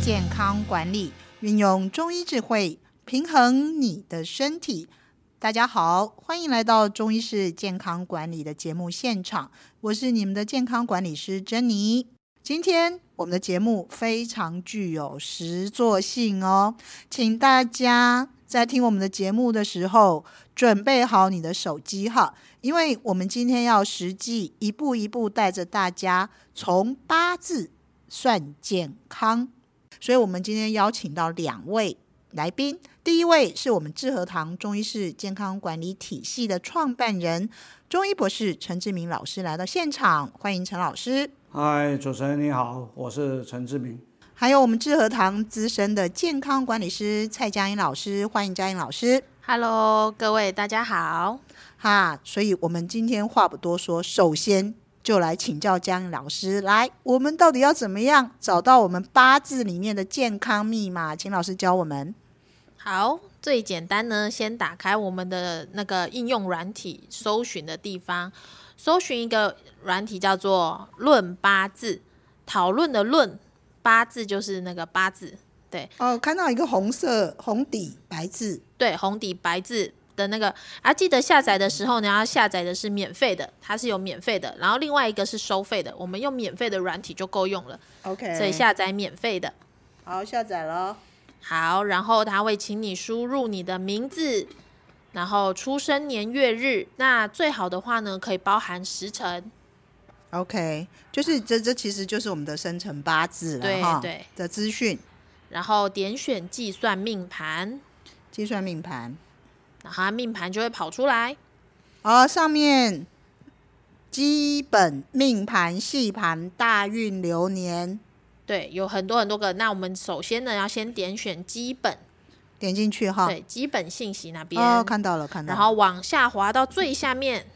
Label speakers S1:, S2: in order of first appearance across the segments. S1: 健康管理，运用中医智慧平衡你的身体。大家好，欢迎来到中医式健康管理的节目现场，我是你们的健康管理师珍妮。今天我们的节目非常具有实作性哦，请大家在听我们的节目的时候，准备好你的手机哈，因为我们今天要实际一步一步带着大家从八字算健康。所以，我们今天邀请到两位来宾，第一位是我们致和堂中医式健康管理体系的创办人中医博士陈志明老师来到现场，欢迎陈老师。
S2: 嗨，主持人你好，我是陈志明。
S1: 还有我们致和堂资深的健康管理师蔡佳音老师，欢迎佳音老师。
S3: Hello，各位大家好。
S1: 哈，所以我们今天话不多说，首先就来请教江老师，来，我们到底要怎么样找到我们八字里面的健康密码？请老师教我们。
S3: 好，最简单呢，先打开我们的那个应用软体搜寻的地方，搜寻一个软体叫做“论八字”，讨论的“论”八字就是那个八字，对
S1: 哦，看到一个红色红底白字，
S3: 对，红底白字的那个。啊，记得下载的时候呢，要下载的是免费的，它是有免费的，然后另外一个是收费的，我们用免费的软体就够用了，
S1: OK，
S3: 所以下载免费的。
S1: 好下载了。
S3: 好，然后他会请你输入你的名字，然后出生年月日。那最好的话呢，可以包含时辰。
S1: OK，就是这这其实就是我们的生辰八字了
S3: 对
S1: 哈，
S3: 对
S1: 的资讯，
S3: 然后点选计算命盘，
S1: 计算命盘，
S3: 然后它命盘就会跑出来。
S1: 而哦上面基本命盘、系盘、大运、流年，
S3: 对，有很多很多个。那我们首先呢，要先点选基本，
S1: 点进去哈。
S3: 对，基本信息那边，
S1: 哦，看到了，看到
S3: 然
S1: 了。
S3: 后往下滑到最下面，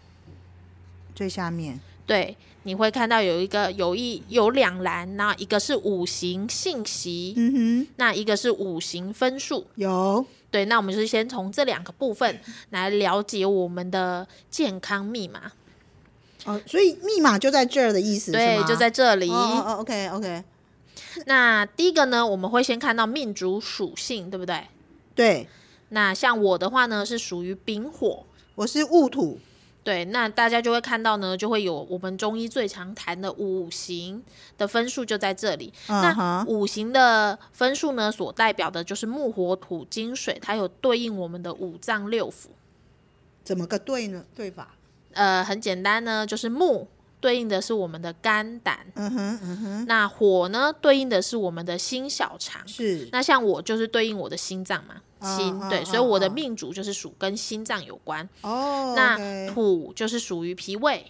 S1: 最下面，
S3: 对，你会看到有一个有一有两栏，那一个是五行信息，
S1: 嗯哼，
S3: 那一个是五行分数。
S1: 有
S3: 对，那我们就先从这两个部分来了解我们的健康密码。
S1: 哦，所以密码就在这儿的意思是
S3: 对
S1: 吗，
S3: 就在这里。
S1: 哦哦，OK OK，
S3: 那第一个呢，我们会先看到命主属性，对不对？
S1: 对，
S3: 那像我的话呢，是属于丙火。
S1: 我是戊土，
S3: 对，那大家就会看到呢，就会有我们中医最常谈的五行的分数就在这里。
S1: 嗯
S3: 那
S1: 哼，
S3: 五行的分数呢，所代表的就是木、火、土、金、水，它有对应我们的五脏六腑。
S1: 怎么个对呢？对吧？
S3: 呃，很简单呢，就是木对应的是我们的肝胆，
S1: 嗯哼嗯哼，
S3: 那火呢，对应的是我们的心小肠。
S1: 是
S3: 那像我就是对应我的心脏嘛，心、
S1: 嗯
S3: 对，
S1: 嗯
S3: 所以我的
S1: 嗯
S3: 命主就是属跟心脏有关。
S1: 哦，
S3: 那
S1: OK
S3: 土就是属于脾胃，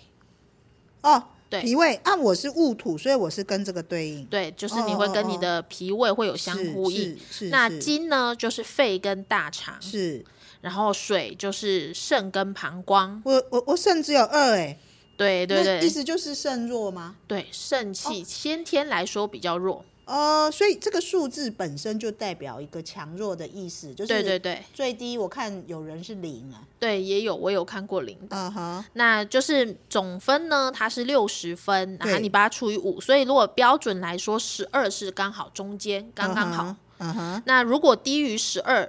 S1: 哦，
S3: 对
S1: 脾胃啊，我是戊土，所以我是跟这个对应，
S3: 对，就是
S1: 哦
S3: 你会
S1: 哦
S3: 跟你
S1: 哦
S3: 的脾胃会有相
S1: 是
S3: 呼应。
S1: 是是
S3: 那
S1: 是
S3: 金呢，就是肺跟大肠，
S1: 是
S3: 然后水就是肾跟膀胱。
S1: 我我我肾只有二哎，
S3: 对对
S1: 那意
S3: 对
S1: 思哦就是肾弱吗？
S3: 对，肾气先天来说比较弱。
S1: 哦，所以这个数字本身就代表一个强弱的意思，就是
S3: 对对对
S1: 最低我看有人是零啊，
S3: 对，也有我有看过零的。
S1: 嗯哼，
S3: 那就是总分呢，它是六十分，然后
S1: 对
S3: 你把它除以五，所以如果标准来说，十二是刚好中间，刚刚好。
S1: 嗯哼，
S3: 那如果低于十二，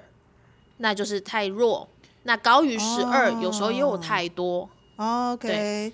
S3: 那就是太弱；那高于十二、
S1: 哦
S3: 有时候又太多。
S1: 嗯哼，OK。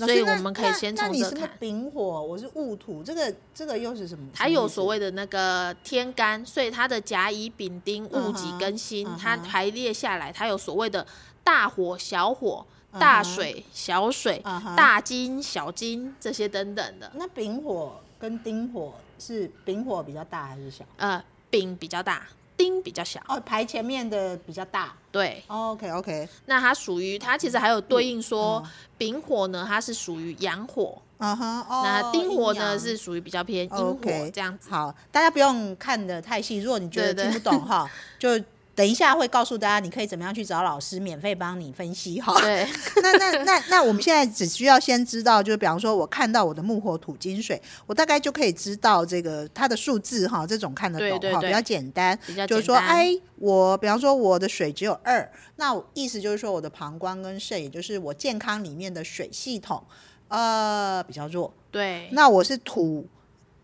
S1: 老
S3: 所以
S1: 师那
S3: 我们可以
S1: 那
S3: 先
S1: 那
S3: 从
S1: 你
S3: 这
S1: 什么
S3: 看
S1: 丙火，我是戊土，这个这个又是什么？
S3: 它
S1: 什么
S3: 有
S1: 意思
S3: 所谓的那个天干，所以它的甲乙丙丁戊己
S1: 嗯哼
S3: 庚辛
S1: 嗯哼
S3: 它排列下来，它有所谓的大火、小火、大
S1: 嗯哼
S3: 水、小水、
S1: 嗯哼
S3: 大金、小金这些等等的。
S1: 那丙火跟丁火是丙火比较大还是小？
S3: 呃，丙比较大，丁比较小。
S1: 哦，排前面的比较大。
S3: 对，
S1: OK OK，
S3: 那它属于它其实还有对应说，丙火呢它是属于阳火，
S1: 嗯哼，哦
S3: 那丁火
S1: 阴
S3: 呢
S1: 阳
S3: 是属于比较偏阴火
S1: OK
S3: 这样 子。
S1: 好，大家不用看的太细，如果你觉得
S3: 对
S1: 听
S3: 对
S1: 不懂哈，就等一下会告诉大家你可以怎么样去找老师免费帮你分析哈。
S3: 对
S1: 那那那那我们现在只需要先知道，就是比方说我看到我的木火土金水，我大概就可以知道这个它的数字哈，这种看得懂
S3: 对对
S1: 哈，
S3: 对
S1: 比较简单。
S3: 比较
S1: 就是
S3: 简
S1: 说，
S3: 单
S1: 哎，我比方说我的水只有二，那我意思就是说我的膀胱跟肾，也就是我健康里面的水系统，呃，比较弱。
S3: 对
S1: 那我是土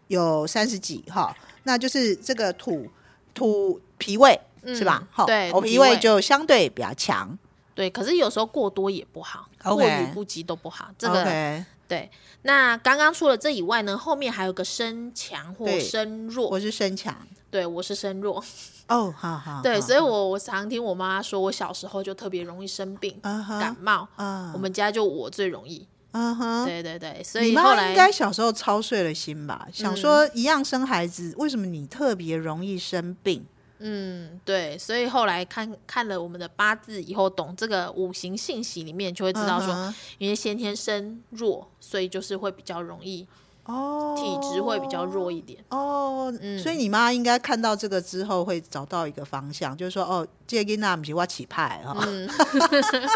S1: 有三十几哈，那就是这个土土脾胃、是吧
S3: 嗯？
S1: 好，
S3: 对
S1: 我
S3: 脾
S1: 脾胃
S3: 胃
S1: 就相对比较强。
S3: 对，可是有时候过多也不好
S1: OK
S3: 过于不及都不好。这个
S1: OK，
S3: 对。那刚刚除了这以外呢，后面还有个身强或
S1: 对
S3: 身弱。
S1: 我是身强。
S3: 对，我是 身弱。
S1: 哦，好好。
S3: 对，所
S1: 以
S3: 以我我常听我妈说，我小时候就特别容易生病，
S1: 啊哈
S3: 感冒。
S1: 啊，
S3: 我们家就我最容易。
S1: 嗯哼。
S3: 对对对，所
S1: 你
S3: 以后
S1: 妈应
S3: 来嗯
S1: 该小时候操碎了心吧？想说一样生孩子，为什么你特别容易生病？
S3: 嗯，对，所以后来看看了我们的八字以后，懂这个五行信息里面，就会知道说，
S1: 嗯哼
S3: 因为先天身弱，所以就是会比较容易
S1: 哦，
S3: 体质会比较弱一点。
S1: 哦，
S3: 嗯
S1: 所以你妈应该看到这个之后会找到一个方向，就是说哦，这个囡仔不是我起派哈。
S3: 嗯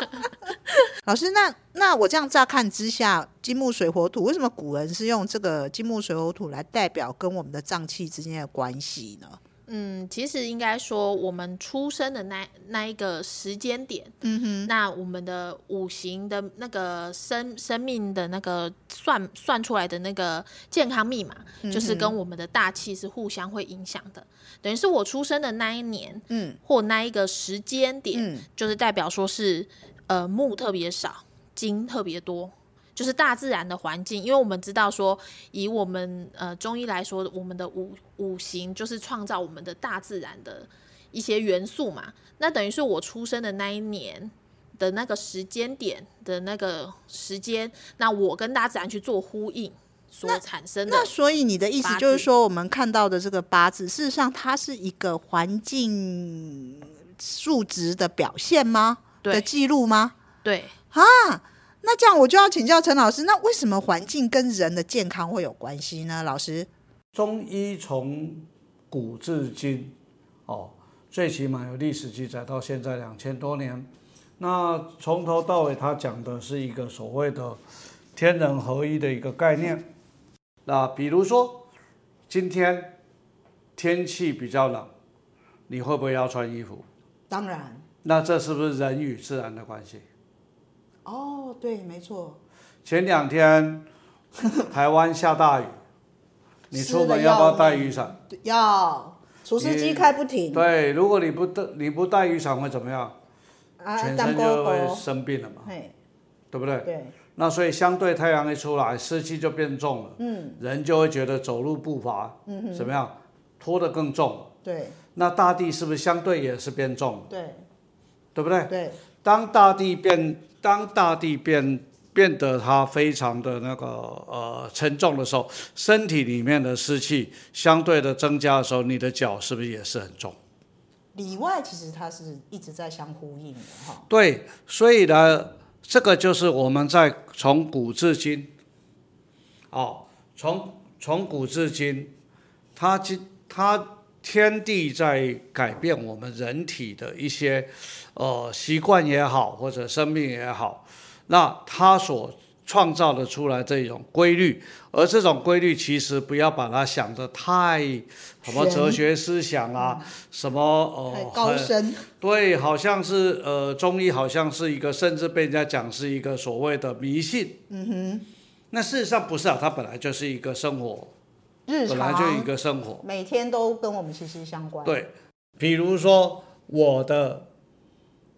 S1: 老师，那那我这样乍看之下，金木水火土，为什么古人是用这个金木水火土来代表跟我们的脏器之间的关系呢？
S3: 嗯，其实应该说我们出生的那那一个时间点，
S1: 嗯
S3: 那我们的五行的那个生生命的那个算算出来的那个健康密码，
S1: 嗯
S3: 就是跟我们的大气是互相会影响的。等于是我出生的那一年
S1: 哼，嗯
S3: 或那一个时间点，
S1: 嗯，
S3: 就是代表说是呃木特别少，金特别多，就是大自然的环境。因为我们知道说，以我们呃中医来说，我们的五五行就是创造我们的大自然的一些元素嘛。那等于是我出生的那一年。的那个时间点的那个时间，那我跟大自然去做呼应所产生的
S1: 那所以你的意
S3: 八
S1: 思
S3: 字
S1: 就是说，我们看到的这个八字，事实上它是一个环境数值的表现吗？
S3: 对
S1: 的记录吗？
S3: 对，
S1: 那这样我就要请教陈老师，那为什么环境跟人的健康会有关系呢？老师，
S2: 中医从古至今，哦，最起码有历史记载到现在两千多年。那从头到尾，他讲的是一个所谓的天人合一的一个概念。那比如说，今天天气比较冷，你会不会要穿衣服？
S1: 当然，
S2: 那这是不是人与自然的关系？
S1: 哦，对，没错，
S2: 前 两天台湾下大雨，你
S1: 湿
S2: 出
S1: 得
S2: 门要不要
S1: 要
S2: 带
S1: 命
S2: 雨伞？
S1: 要除湿机开不停
S2: 对，如果你不带你不带雨伞会怎么样？
S1: 啊，
S2: 全
S1: 当
S2: 身
S1: 狗
S2: 就会
S1: 狗，
S2: 生病了嘛，
S1: 嘿，
S2: 对不对？
S1: 对，
S2: 那所以相对太阳一出来，湿气就变重了，
S1: 嗯，
S2: 人就会觉得走路步伐，嗯，怎么样，拖得更重了。
S1: 对，
S2: 那大地是不是相对也是变重了，
S1: 对，
S2: 对不对？
S1: 对，
S2: 当大地变，当大地变变得它非常的那个呃沉重的时候，身体里面的湿气相对的增加的时候，你的脚是不是也是很重？
S1: 里外其实它是一直在相呼应的哈。
S2: 对，所以呢，这个就是我们在从古至今，哦，从从古至今，它今它天地在改变我们人体的一些呃习惯也好，或者生命也好，那它所创造的出来这种规律，而这种规律其实不要把它想得太什么
S1: 玄嗯
S2: 哲学思想啊，什么
S1: 太
S2: 呃
S1: 高
S2: 很
S1: 深，
S2: 对，好像是呃，中医好像是一个，甚至被人家讲是一个所谓的迷信。嗯哼，那事实上不是啊，它本来就是一个生活，
S1: 日
S2: 本来就一
S1: 常
S2: 个生活。
S1: 每天都跟我们息息相关。
S2: 对，比如说我的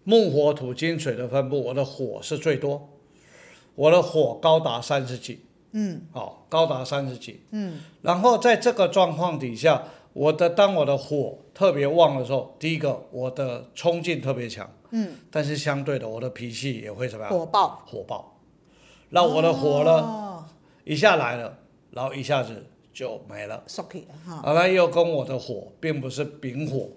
S2: 木火土金水的分布，我的火是最多，我的火高达三十几，嗯，好、高达三十几，嗯，然后在这个状况底下，我的当我的火特别旺的时候，第一个我的冲劲特别强，嗯，但是相对的我的脾气也会怎么样？
S1: 火爆，
S2: 火爆，那我的火呢，
S1: 哦
S2: 一下来了，然后一下子就没了。
S1: ，socky 哈，
S2: 而那又跟我的火并不是丙火，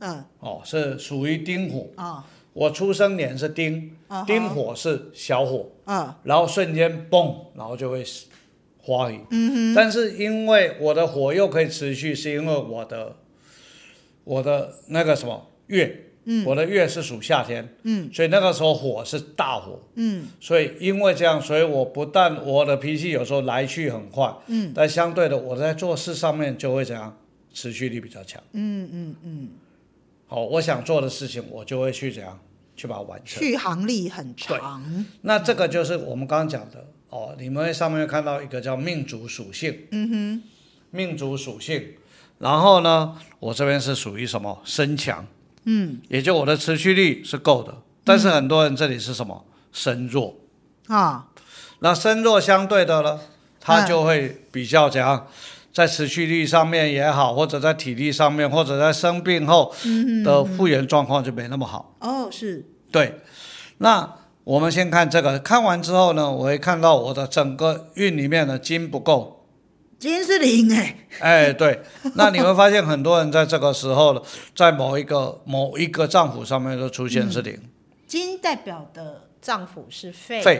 S1: 嗯
S2: 哦，是属于丁火。
S1: 啊
S2: 我出生年是丁
S1: 啊哈，
S2: 丁火是小火，
S1: 嗯，
S2: 然后瞬间嘣，然后就会死花语。嗯但是因为我的火又可以持续，是因为我的我的那个什么月，嗯，我的月是属夏天，嗯，所以那个时候火是大火，嗯，所以因为这样，所以我不但我的脾气有时候来去很快，嗯，但相对的我在做事上面就会怎样，持续力比较强，嗯嗯嗯。好，我想做的事情，我就会去怎样去把它完成。
S1: 续航力很长，
S2: 那这个就是我们刚刚讲的哦，你们会上面会看到一个叫命主属性。嗯哼。命主属性。然后呢，我这边是属于什么身强，
S1: 嗯，
S2: 也就我的持续力是够的。但是很多人这里是什么身弱，
S1: 啊，
S2: 那身弱相对的呢，他
S1: 嗯
S2: 就会比较怎样，在持续力上面也好，或者在体力上面，或者在生病后的复原状况就没那么好。
S1: 哦，是，
S2: 对，那我们先看这个，看完之后呢，我会看到我的整个运里面的金不够。
S1: 今天是零哎，
S2: 哎，对，那你会发现很多人在这个时候呢，在某一个某一个脏腑上面都出现是零
S1: 金代表的脏腑是肺，
S2: 肺、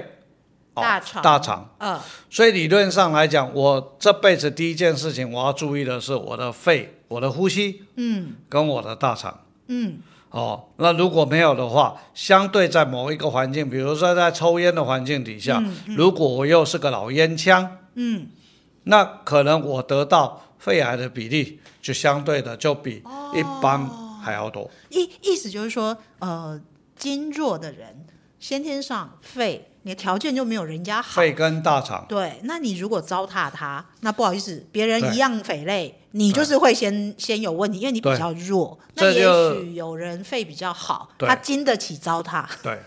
S2: 哦
S3: 大肠
S2: 大肠。
S1: 呃，
S2: 所以理论上来讲，我这辈子第一件事情我要注意的是我的肺、我的呼吸
S1: 嗯
S2: 跟我的大肠。
S1: 嗯
S2: 哦，那如果没有的话，相对在某一个环境，比如说在抽烟的环境底下，如果我又是个老烟枪，
S1: 嗯，
S2: 那可能我得到肺癌的比例就相对的就比一般还要多。
S1: 意意思就是说，呃，金弱的人先天上肺，你的条件就没有人家好。
S2: 肺跟大肠，
S1: 对，那你如果糟蹋他，那不好意思，别人
S2: 对
S1: 一样匪类，你就是会先先有问题，因为你比
S2: 对
S1: 较弱。那
S2: 这
S1: 也
S2: 就
S1: 许有人肺比较好，
S2: 对
S1: 他经得起糟蹋。
S2: 对，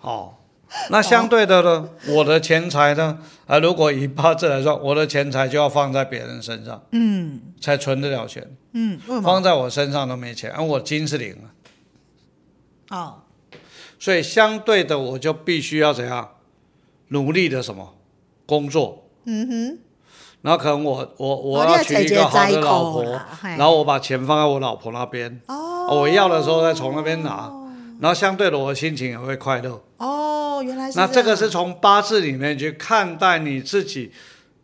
S2: 哦，那相对的呢，我的钱财呢，啊，如果以八字来说，我的钱财就要放在别人身上
S1: 嗯
S2: 才存得了钱，
S1: 嗯，为什么？
S2: 放在我身上都没钱，而我金是零啊，
S1: 哦，
S2: 所以相对的我就必须要怎样，努力的什么工作，
S1: 嗯哼，
S2: 然后可能我我我
S1: 哦你
S2: 要
S1: 要
S2: 娶
S1: 解
S2: 一
S1: 决
S2: 个好
S1: 灾
S2: 的老
S1: 口
S2: 婆
S1: 啦，嘿
S2: 然后我把钱放在我老婆那边，啊
S1: 哦，
S2: 我要的时候再从那边拿，然后相对的我的心情也会快乐。
S1: 哦，原来是
S2: 那这个
S1: 样
S2: 是从八字里面去看待你自己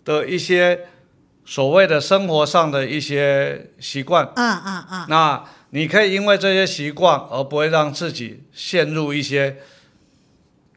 S2: 的一些所谓的生活上的一些习惯，
S1: 嗯嗯嗯，
S2: 那你可以因为这些习惯而不会让自己陷入一些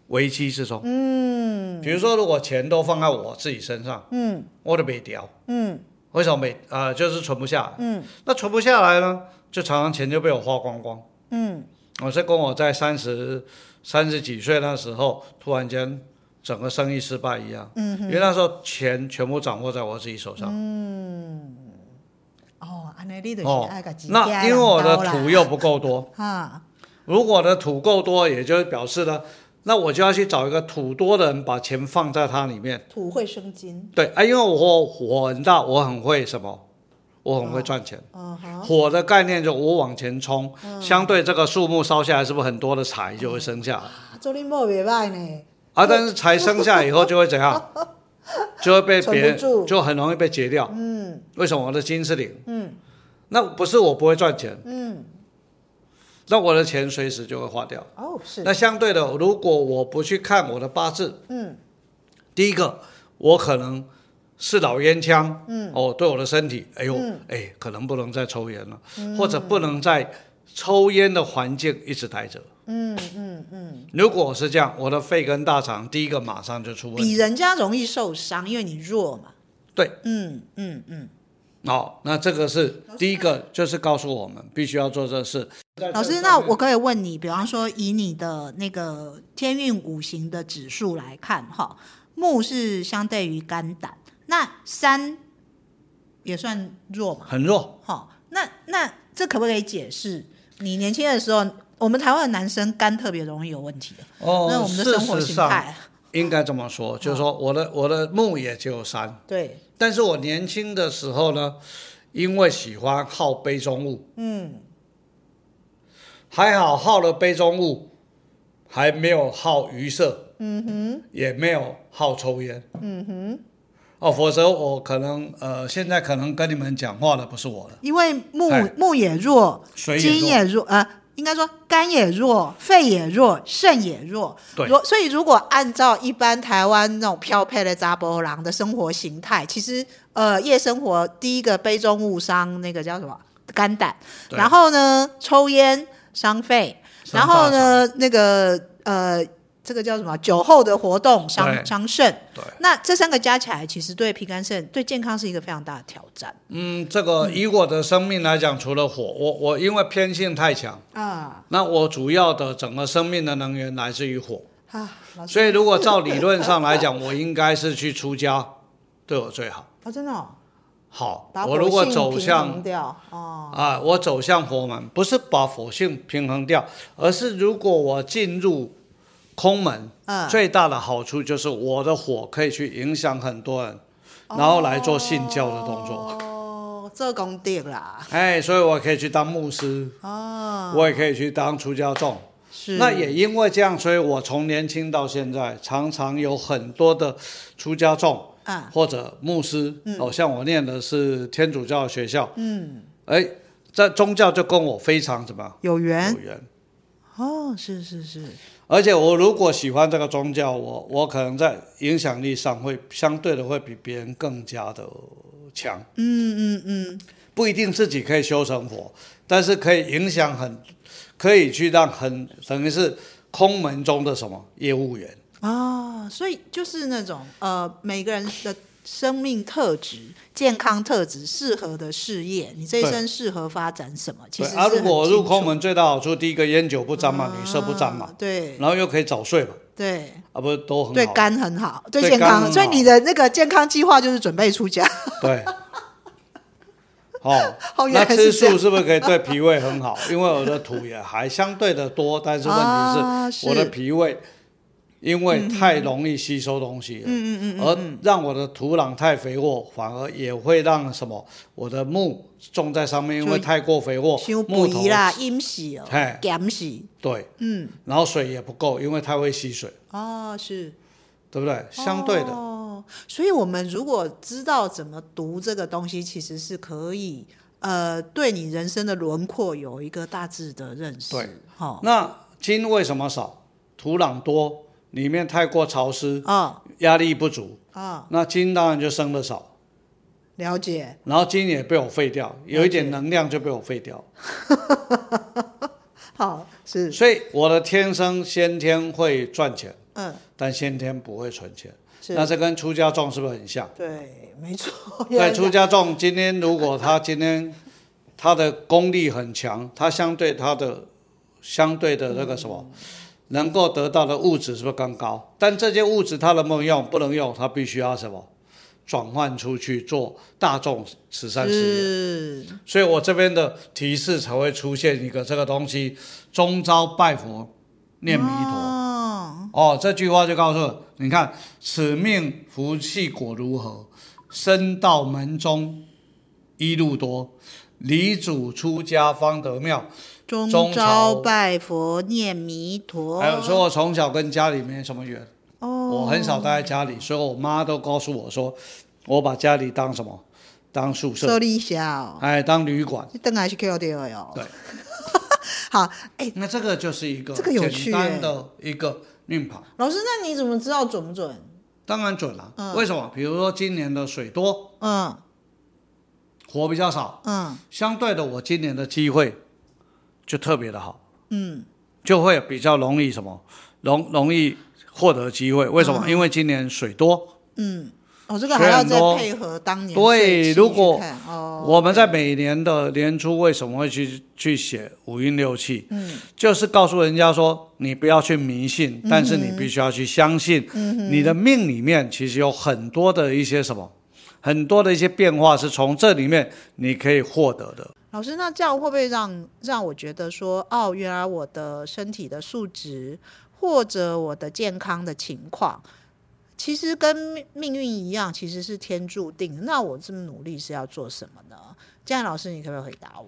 S2: 危机之中。嗯，比如说，如果钱都放在我自己身上，嗯，我都没掉，嗯，为什么没啊、就是存不下来，嗯，那存不下来呢，就常常钱就被我花光光，嗯，我是跟我在三十三十几岁那时候突然间。整个生意失败一样，嗯，因为那时候钱全部掌握在我自己手上，
S1: 哦，安尼你就是
S2: 哦
S1: 爱个自，己的
S2: 那因为我的
S1: 人
S2: 土
S1: 刀啦
S2: 又不够多，
S1: 啊，
S2: 如果呢土够多，也就是表示呢，那我就要去找一个土多的人，把钱放在它里面。
S1: 土会生金，
S2: 对啊，因为我火很大，我很会什么？我很会赚钱。
S1: 嗯哼，
S2: 火的概念就我往前冲，
S1: 嗯
S2: 相对这个树木烧下来，是不是很多的柴就会生下来？
S1: 啊做你某袂歹呢，
S2: 啊，但是柴生下以后就会 怎样？就会被
S1: 存
S2: 别
S1: 不住
S2: 人就很容易被截掉。
S1: 嗯
S2: 为什么我的金是零？
S1: 嗯
S2: 那不是我不会赚钱，
S1: 嗯，
S2: 那我的钱随时就会花掉。
S1: 哦是，
S2: 那相对的，如果我不去看我的八字，
S1: 嗯
S2: 第一个，我可能是老烟枪，嗯，哦，对我的身体，哎呦，
S1: 嗯
S2: 哎，可能不能再抽烟了，或者不能在抽烟的环境一直待着。
S1: 嗯嗯嗯，
S2: 如果是这样，我的肺跟大肠第一个马上就出问
S1: 比
S2: 题。
S1: 人家容易受伤，因为你弱嘛，
S2: 对，
S1: 嗯嗯嗯，
S2: 哦，那这个是第一个，就是告诉我们必须要做这事。
S1: 老师，那我可以问你，比方说以你的那个天运五行的指数来看，哈，木是相对于肝胆，那三也算弱嘛，
S2: 很弱，
S1: 好，那那这可不可以解释？你年轻的时候，我们台湾的男生肝特别容易有问题的，那
S2: 哦，
S1: 我们的
S2: 事
S1: 生活
S2: 实
S1: 形
S2: 上
S1: 态，
S2: 应该这么说，就是说我的我的木也只有三，
S1: 对，
S2: 但是我年轻的时候呢，因为喜欢好杯中物，
S1: 嗯，
S2: 还好好了杯中物，还没有好鱼色，嗯哼，也没有好抽烟，嗯哼，哦，否则我可能呃，现在可能跟你们讲话的不是我了，
S1: 因为木
S2: 哎
S1: 木也弱，
S2: 水也
S1: 金
S2: 弱
S1: 也弱，呃，应该说肝也弱，肺也弱，肾也弱。
S2: 对
S1: 如所以如果按照一般台湾那种漂配的扎波郎的生活形态，其实呃，夜生活第一个杯中物伤那个叫什么肝胆，
S2: 对
S1: 然后呢，抽烟伤肺，
S2: 伤
S1: 然
S2: 大
S1: 后呢，那个呃，这个叫什么酒后的活动伤
S2: 对
S1: 伤肾。
S2: 对，
S1: 那这三个加起来，其实对平肝肾、对健康是一个非常大的挑战
S2: 嗯，这个以我的生命来讲，除了火，我我因为偏性太强，
S1: 啊！
S2: 那我主要的整个生命的能源来自于火，
S1: 啊，老师
S2: 所以 如果照理论上来讲，我应该是去出家，对我最好。
S1: 啊、真的、哦，
S2: 好
S1: 把，
S2: 我如果
S1: 火性
S2: 走
S1: 平
S2: 向
S1: 衡掉哦，
S2: 啊，我走向佛门，不是把佛性平衡掉，而是如果我进入空门，
S1: 嗯
S2: 最大的好处就是我的火可以去影响很多人，啊然后来做信教的动作。
S1: 哦，做功德啦，
S2: 哎，所以我可以去当牧师，
S1: 哦，
S2: 我也可以去当出家众。
S1: 是
S2: 那也因为这样，所以我从年轻到现在，常常有很多的出家众
S1: 啊，
S2: 或者牧师，哦，像我念的是天主教学校，
S1: 嗯，
S2: 哎，在宗教就跟我非常什么
S1: 有缘
S2: 有缘。
S1: 哦，是是是，
S2: 而且我如果喜欢这个宗教，我我可能在影响力上会相对的会比别人更加的强，
S1: 嗯嗯嗯，
S2: 不一定自己可以修成佛，但是可以影响很，可以去让很等于是空门中的什么业务员。
S1: 哦，所以就是那种呃，每个人的生命特质、健康特质、适合的事业，你这一
S2: 对
S1: 生适合发展什么，其
S2: 对
S1: 实是
S2: 啊，如果我
S1: 很
S2: 入
S1: 清楚
S2: 空门，最大好处，第一个烟酒不沾嘛，女色不沾嘛
S1: 啊，对
S2: 然后又可以早睡嘛，
S1: 对
S2: 啊，不是都很好？
S1: 对，肝很好，对
S2: 对
S1: 健
S2: 肝
S1: 康，
S2: 很
S1: 所以
S2: 好
S1: 你的那个健康计划就是准备出家，
S2: 对。哦
S1: 哦，原
S2: 那
S1: 来
S2: 吃
S1: 是这样
S2: 素是不是可以对脾胃很好？因为我的土也还相对的多，但是问
S1: 啊
S2: 题
S1: 是
S2: 是我的脾胃因为太容易吸收东西了，嗯嗯嗯而让我的土壤太肥沃，反而也会让什么我的木种在上面，因为
S1: 就
S2: 太过肥沃
S1: 修，
S2: 哦木头
S1: 补啦、阴喜哦
S2: 嘿、
S1: 减喜，
S2: 对，
S1: 嗯，
S2: 然后水也不够，因为太会吸水，
S1: 哦，是
S2: 对不对？相对的，
S1: 哦，所以我们如果知道怎么读这个东西，其实是可以呃，对你人生的轮廓有一个大致的认识。
S2: 对，
S1: 好、
S2: 那金为什么少？土壤多，里面太过潮湿，
S1: 哦，
S2: 压力不足，
S1: 啊、哦，
S2: 那金当然就生的少。
S1: 了解，
S2: 然后金也被我废掉，
S1: 解
S2: 有一点能量就被我废掉，
S1: 好是，
S2: 所以我的天生先天会赚钱，
S1: 嗯，
S2: 但先天不会存钱。
S1: 是，
S2: 那这跟出家众是不是很像？
S1: 对，没错，原来
S2: 对，出家众今天如果他今天 他的功力很强，他相对他的相对的那个什么，能够得到的物质是不是更高？但这些物质他能不能用？不能用，他必须要什么？转换出去做大众慈善事业。
S1: 是
S2: 所以我这边的提示才会出现一个这个东西，终朝拜佛，念弥陀。
S1: 哦，
S2: 哦，这句话就告诉你看，此命福气果如何？生到门中一路多，离主出家方得妙。
S1: 中
S2: 中
S1: 朝
S2: 朝
S1: 拜佛念弥陀，
S2: 还有说，我从小跟家里没什么缘，
S1: 哦，
S2: 我很少待在家里，所以我妈都告诉我说，我把家里当什么？当宿
S1: 受
S2: 舍，
S1: 力下哦，
S2: 哎，当旅馆。
S1: 你等下去 Q 掉哟。
S2: 对，
S1: 好，哎、
S2: 那这个就是一个
S1: 这个有趣
S2: 简单的一个命盘。
S1: 老师，那你怎么知道准不准？
S2: 当然准了、
S1: 嗯
S2: 为什么？比如说今年的水多，
S1: 嗯
S2: 火比较少，
S1: 嗯
S2: 相对的我今年的机会就特别的好，
S1: 嗯，
S2: 就会比较容易什么，容容易获得机会。为什
S1: 嗯
S2: 么？因为今年水多。
S1: 哦，这个还要再
S2: 虽然说
S1: 配合当年
S2: 对
S1: 税期
S2: 如果
S1: 去看哦，
S2: 我们在每年的年初为什么会去去写五运六气？
S1: 嗯，
S2: 就是告诉人家说，你不要去迷信，但是你必须要去相信，
S1: 嗯
S2: 你的命里面其实有很多的一些什么，很多的一些变化是从这里面你可以获得的。
S1: 老师，那这样会不会让让我觉得说，哦，原来我的身体的素质或者我的健康的情况，其实跟命命运一样，其实是天注定的。那我这么努力是要做什么呢？这样，老师，你可不可以回答我？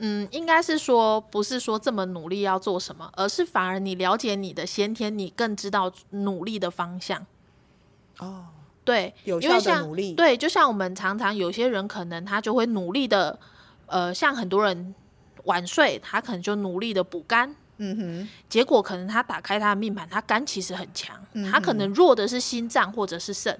S3: 嗯，应该是说，不是说这么努力要做什么，而是反而你了解你的先天，你更知道努力的方向。
S1: 哦，
S3: 对，
S1: 有
S3: 因为
S1: 效的
S3: 像
S1: 努力，
S3: 对，就像我们常常有些人可能他就会努力的，呃，像很多人晚睡，他可能就努力的补肝，
S1: 嗯哼，
S3: 结果可能他打开他的命盘，他肝其实很强，
S1: 嗯
S3: 他可能弱的是心脏或者是肾，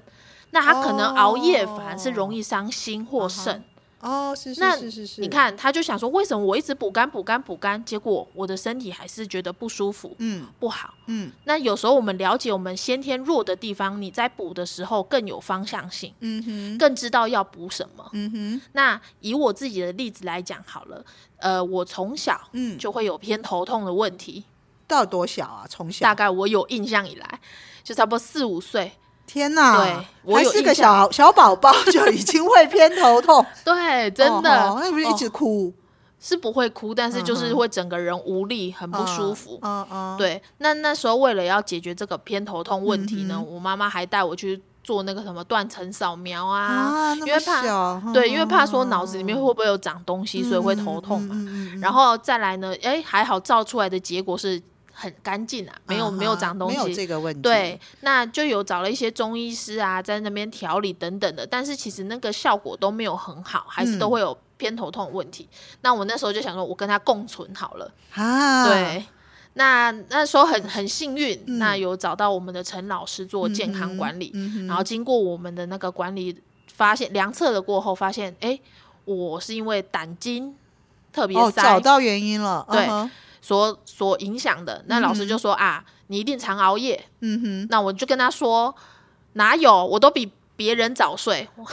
S3: 那他可能熬夜反而是容易伤心
S1: 嗯
S3: 或肾。
S1: 哦，是是
S3: 那
S1: 是是是，
S3: 你，看，他就想说，为什么我一直补肝补肝补肝，结果我的身体还是觉得不舒服
S1: 嗯
S3: 不好？
S1: 嗯
S3: 那有时候我们了解我们先天弱的地方，你在补的时候更有方向性，
S1: 嗯哼，
S3: 更知道要补什么。
S1: 嗯哼，
S3: 那以我自己的例子来讲好了，呃，我从小
S1: 嗯，
S3: 就会有偏头痛的问题，
S1: 到底多小啊？从小
S3: 大概我有印象以来，就差不多四五岁，
S1: 天哪
S3: 对，我
S1: 还
S3: 有
S1: 是
S3: 印
S1: 个
S3: 象
S1: 小小宝宝就已经会偏头 痛，
S3: 对，真的、
S1: 哦哦那不是一
S3: 哦
S1: 直哭，
S3: 是不会哭，但是就
S1: 嗯
S3: 是
S1: 哼
S3: 会整个人无力，很不舒服。
S1: 嗯嗯，嗯，
S3: 对，那那时候为了要解决这个偏头痛问题呢，
S1: 嗯
S3: 我妈妈还带我去做那个什么断层扫描啊，
S1: 啊，那
S3: 因
S1: 么
S3: 为怕
S1: 小嗯
S3: 对，因为怕说脑子里面会不会有长东西，所以会头痛嘛。
S1: 嗯
S3: 然后再来呢，哎，还好照出来的结果是很干净啊，没有、没有长东
S1: 没有
S3: 西。
S1: 这个问题，
S3: 对，那就有找了一些中医师啊，在那边调理等等的，但是其实那个效果都没有很好，还是
S1: 嗯
S3: 都会有偏头痛问题。那我那时候就想说，我跟他共存好了。
S1: 啊，，
S3: 对，那那时候很很幸运，
S1: 嗯
S3: 那有找到我们的陈老师做健康管理，
S1: 嗯哼
S3: 然后经过我们的那个管理，发现量测了过后，发现哎，诶我是因为胆经特别
S1: 哦，
S3: 塞、
S1: 找到原因了，
S3: 对
S1: 嗯哼
S3: 所所影响的。那老师就说、啊，你一定常熬夜。
S1: 嗯哼，
S3: 那我就跟他说，哪有，我都比别人早睡。
S1: 嗯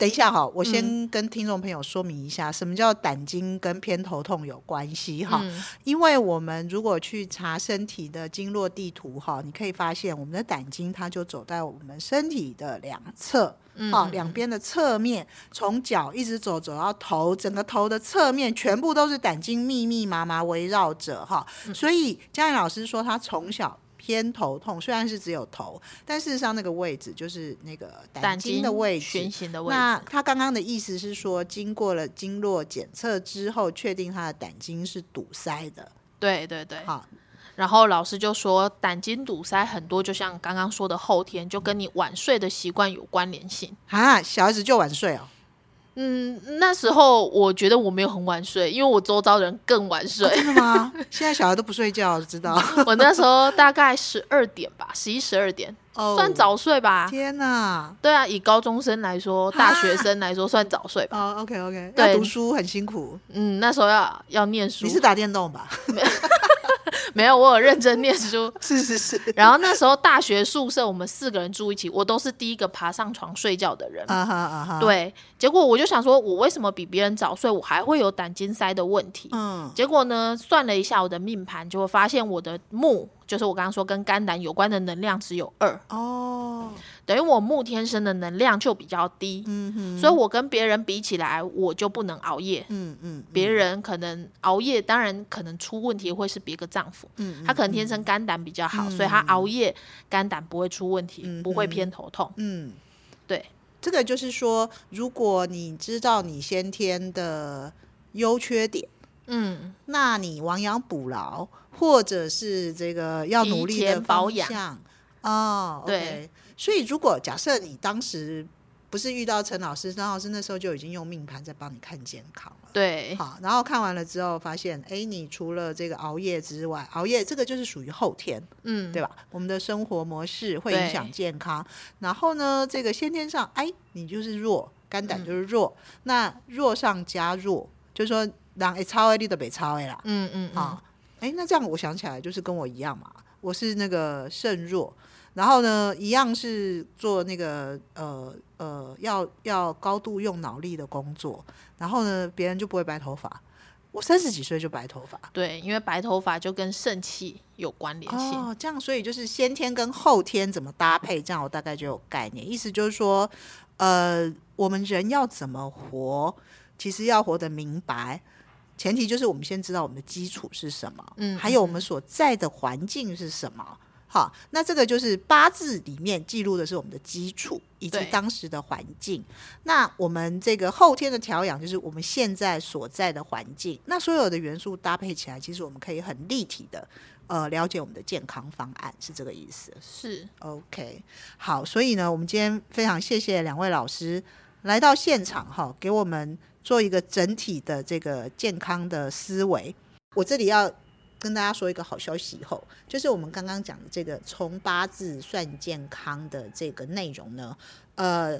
S1: 等一下哈，我
S3: 嗯
S1: 先跟听众朋友说明一下，什么叫胆经跟偏头痛有关系哈。
S3: 嗯
S1: 因为我们如果去查身体的经络地图哈，你可以发现我们的胆经它就走在我们身体的两侧。啊，两边的侧面，从脚一直走走到头，整个头的侧面全部都是胆经密密麻麻围绕着哈。所以嘉颖老师说，他从小偏头痛，虽然是只有头，但事实上那个位置就是那个胆
S3: 胆
S1: 经的位置
S3: 循。行的位
S1: 那
S3: 置，
S1: 他刚刚的意思是说，经过了经络检测之后，确定他的胆经是堵塞的。
S3: 对对对。
S1: 好，
S3: 然后老师就说，胆经堵塞很多，就像刚刚说的后天，就跟你晚睡的习惯有关联性。
S1: 啊，小孩子就晚睡哦。
S3: 嗯，那时候我觉得我没有很晚睡，因为我周遭人更晚睡。
S1: 真的吗？现在小孩都不睡觉，知道？
S3: 我那时候大概十二点吧，十一十二点、
S1: 哦
S3: 算早睡吧。
S1: 天哪！
S3: 对啊，以高中生来说，大学
S1: 啊
S3: 生来说算早 睡吧。
S1: 哦，OK OK，
S3: 对
S1: 要读书很辛苦。
S3: 嗯，那时候要要念书
S1: 你，是打电动吧？
S3: 没有我有认真念书。
S1: 是是是。
S3: 然后那时候大学宿舍我们四个人住一起，我都是第一个爬上床睡觉的人。
S1: 啊哈啊哈。，
S3: 对，结果我就想说，我为什么比别人早睡，我还会有胆经塞的问题？
S1: 嗯，
S3: 结果呢，算了一下我的命盘，就会发现我的木，就是我刚刚说跟肝胆有关的能量只有二，
S1: 哦，
S3: 等于我木天生的能量就比较低，
S1: 嗯哼，
S3: 所以我跟别人比起来，我就不能熬夜。
S1: 嗯嗯，
S3: 别人可能熬夜，当然可能出问题会是别个丈夫，
S1: 嗯
S3: 他可能天生肝胆比较好，所以他熬夜肝胆不会出问题，不会偏头痛。
S1: 嗯，
S3: 对，
S1: 这个就是说，如果你知道你先天的优缺点，
S3: 嗯，
S1: 那你亡羊补牢，或者是这个要努力
S3: 提
S1: 的
S3: 前保养
S1: 方向哦，
S3: 对。
S1: 所以，如果假设你当时不是遇到陈老师，陈老师那时候就已经用命盘在帮你看健康了。
S3: 对，
S1: 好，然后看完了之后发现，哎，你除了这个熬夜之外，熬夜这个就是属于后天，
S3: 嗯，
S1: 对吧？我们的生活模式会影响
S3: 对
S1: 健康。然后呢，这个先天上，哎，你就是弱，肝
S3: 嗯
S1: 胆就是弱，那弱上加弱，就是说让哎超 A 力的北超 A 啦，
S3: 嗯嗯，嗯
S1: 啊，哎，那这样我想起来就是跟我一样嘛，我是那个肾弱，然后呢，一样是做那个呃呃要要高度用脑力的工作，然后呢，别人就不会白头发，我三十几岁就白头发。
S3: 对，因为白头发就跟肾气有关联性。
S1: 哦，这样，所以就是先天跟后天怎么搭配，这样我大概就有概念。意思就是说，呃，我们人要怎么活，其实要活得明白，前提就是我们先知道我们的基础是什么，
S3: 嗯
S1: 还有我们所在的环境是什么。好，那这个就是八字里面记录的是我们的基础以及
S3: 对
S1: 当时的环境。那我们这个后天的调养，就是我们现在所在的环境。那所有的元素搭配起来，其实我们可以很立体的呃了解我们的健康方案，是这个意思。
S3: 是，
S1: OK，好，所以呢，我们今天非常谢谢两位老师来到现场哈，给我们做一个整体的这个健康的思维。我这里要跟大家说一个好消息以后，就是我们刚刚讲的这个从八字算健康的这个内容呢，呃，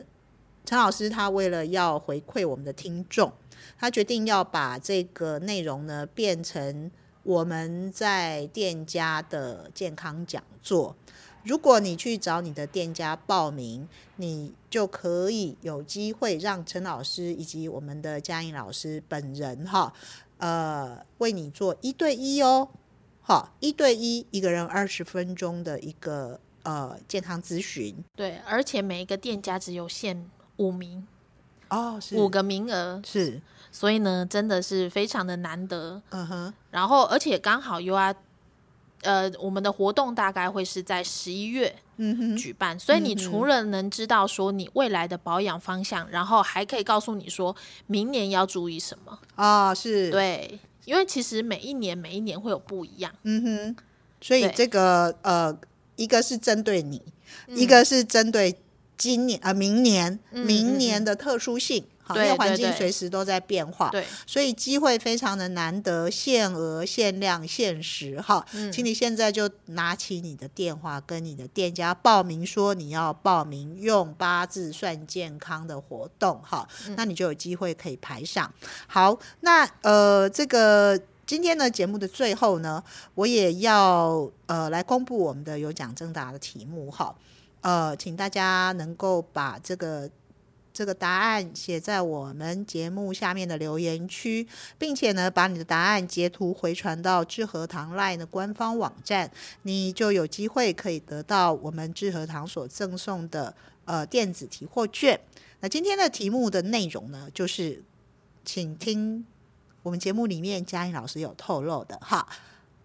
S1: 陈老师他为了要回馈我们的听众，他决定要把这个内容呢变成我们在店家的健康讲座。如果你去找你的店家报名，你就可以有机会让陈老师以及我们的嘉颖老师本人哈，呃，为你做一对一哦，好，一对一，一个人二十分钟的一个呃健康咨询。
S3: 对，而且每一个店家只有限五名，
S1: 哦，是
S3: 五个名额，
S1: 是，
S3: 所以呢，真的是非常的难得。
S1: 嗯哼，
S3: 然后，而且刚好 U R，呃，我们的活动大概会是在十一月
S1: 嗯哼，
S3: 举办，所以你除了能知道说你未来的保养方向，然后还可以告诉你说明年要注意什么。
S1: 啊、是，，
S3: 对，因为其实每一年每一年会有不一样。
S1: 嗯哼，所以
S3: 对
S1: 这个呃，一个是针对你，
S3: 嗯
S1: 一个是针对今年啊、呃明年
S3: 嗯
S1: 明年的特殊性，行
S3: 对
S1: 业
S3: 对
S1: 环境
S3: 对
S1: 随时都在变化，
S3: 对，
S1: 所以机会非常的难得，限额、限量、限时哈。
S3: 嗯
S1: 请你现在就拿起你的电话，跟你的店家报名说你要报名用八字算健康的活动哈，那你就有机会可以排上。好，那呃这个。今天呢，节目的最后呢，我也要呃来公布我们的有奖征答的题目哈，呃，请大家能够把这个这个答案写在我们节目下面的留言区，并且呢，把你的答案截图回传到智和堂 LINE 的官方网站，你就有机会可以得到我们智和堂所赠送的呃电子提货券。那今天的题目的内容呢，就是请听我们节目里面嘉颖老师有透露的哈，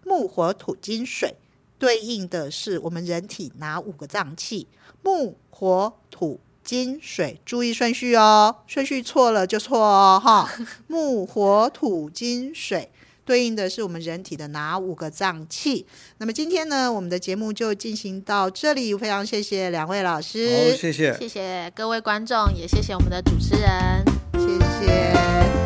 S1: 木火土金水对应的是我们人体哪五个脏器？木、火、土、金、水，注意顺序哦，顺序错了就错哦，哈。 木、火、土、金、水对应的是我们人体的哪五个脏器？那么今天呢，我们的节目就进行到这里，非常谢谢两位老
S2: 好，
S1: 师，
S2: 谢谢。
S3: 谢谢各位观众，也谢谢我们的主持人。
S1: 谢谢。